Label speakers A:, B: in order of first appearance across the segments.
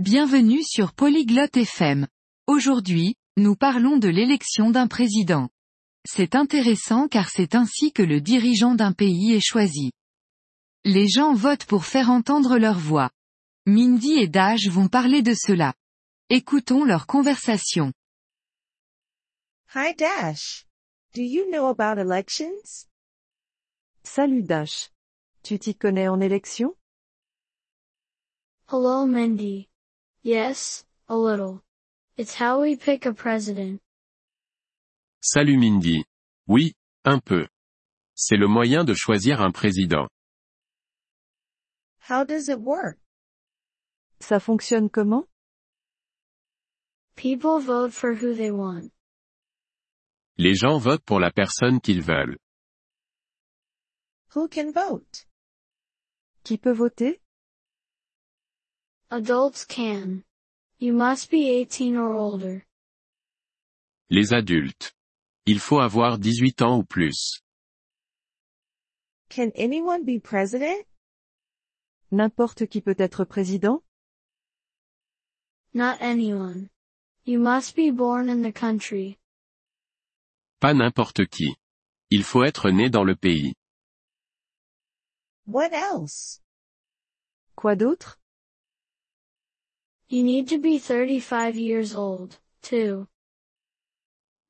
A: Bienvenue sur Polyglotte FM. Aujourd'hui, nous parlons de l'élection d'un président. C'est intéressant car c'est ainsi que le dirigeant d'un pays est choisi. Les gens votent pour faire entendre leur voix. Mindy et Dash vont parler de cela. Écoutons leur conversation.
B: Hi Dash. Do you know about elections?
C: Salut Dash. Tu t'y connais en élection
D: Hello, Mindy. Yes, a little. It's how we pick a president.
E: Salut Mindy. Oui, un peu. C'est le moyen de choisir un président.
B: How does it work?
C: Ça fonctionne comment
D: People vote for who they want.
E: Les gens votent pour la personne qu'ils veulent.
B: Who can vote?
C: Qui peut voter
D: Adults can. You must be 18 or older.
E: Les adultes. Il faut avoir 18 ans ou plus.
B: Can anyone be president?
C: N'importe qui peut être président
D: Not anyone. You must be born in the country.
E: Pas n'importe qui. Il faut être né dans le pays.
B: What else?
C: Quoi d'autre
D: You need to be 35 years old, too.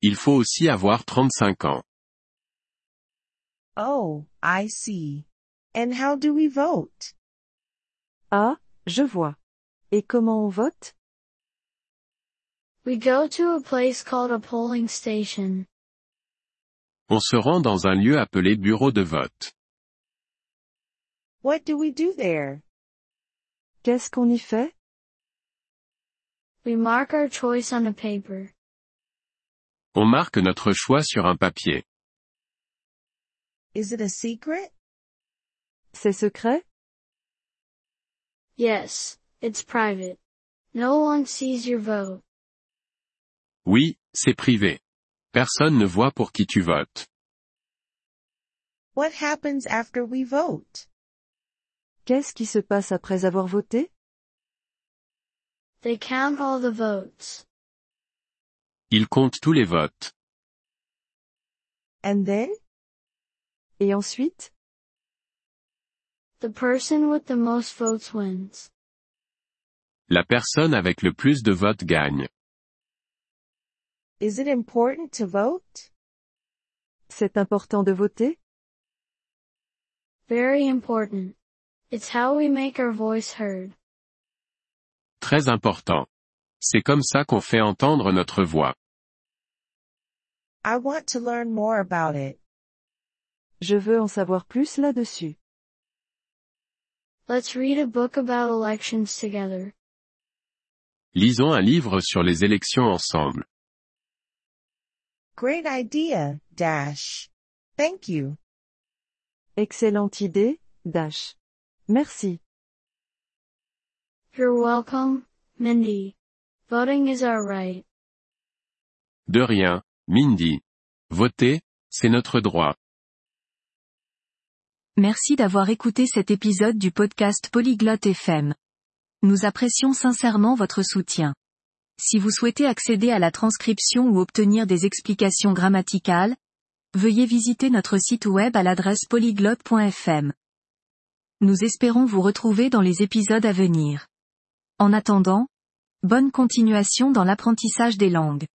E: Il faut aussi avoir 35 ans.
B: Oh, I see. And how do we vote?
C: Ah, je vois. Et comment on vote
D: We go to a place called a polling station.
E: On se rend dans un lieu appelé bureau de vote.
B: What do we do there?
C: Qu'est-ce qu'on y fait
D: We mark our choice on a paper.
E: On marque notre choix sur un papier.
B: Is it a secret?
C: C'est secret
D: Yes, it's private. No one sees your vote.
E: Oui, c'est privé. Personne ne voit pour qui tu votes.
B: What happens after we vote?
C: Qu'est-ce qui se passe après avoir voté
D: They count all the votes.
E: Il compte tous les votes.
B: And then?
C: Et ensuite
D: The person with the most votes wins.
E: La personne avec le plus de votes gagne.
B: Is it important to vote?
C: C'est important de voter
D: Very important. It's how we make our voice heard.
E: Très important. C'est comme ça qu'on fait entendre notre voix.
B: I want to learn more about it.
C: Je veux en savoir plus là-dessus.
D: Let's read a book about elections together.
E: Lisons un livre sur les élections ensemble.
B: Great idea, Dash. Thank you.
C: Excellente idée, Dash. Merci.
D: You're welcome, Mindy. Voting is our right.
E: De rien, Mindy. Voter, c'est notre droit.
A: Merci d'avoir écouté cet épisode du podcast Polyglotte FM. Nous apprécions sincèrement votre soutien. Si vous souhaitez accéder à la transcription ou obtenir des explications grammaticales, veuillez visiter notre site web à l'adresse polyglotte.fm. Nous espérons vous retrouver dans les épisodes à venir. En attendant, bonne continuation dans l'apprentissage des langues.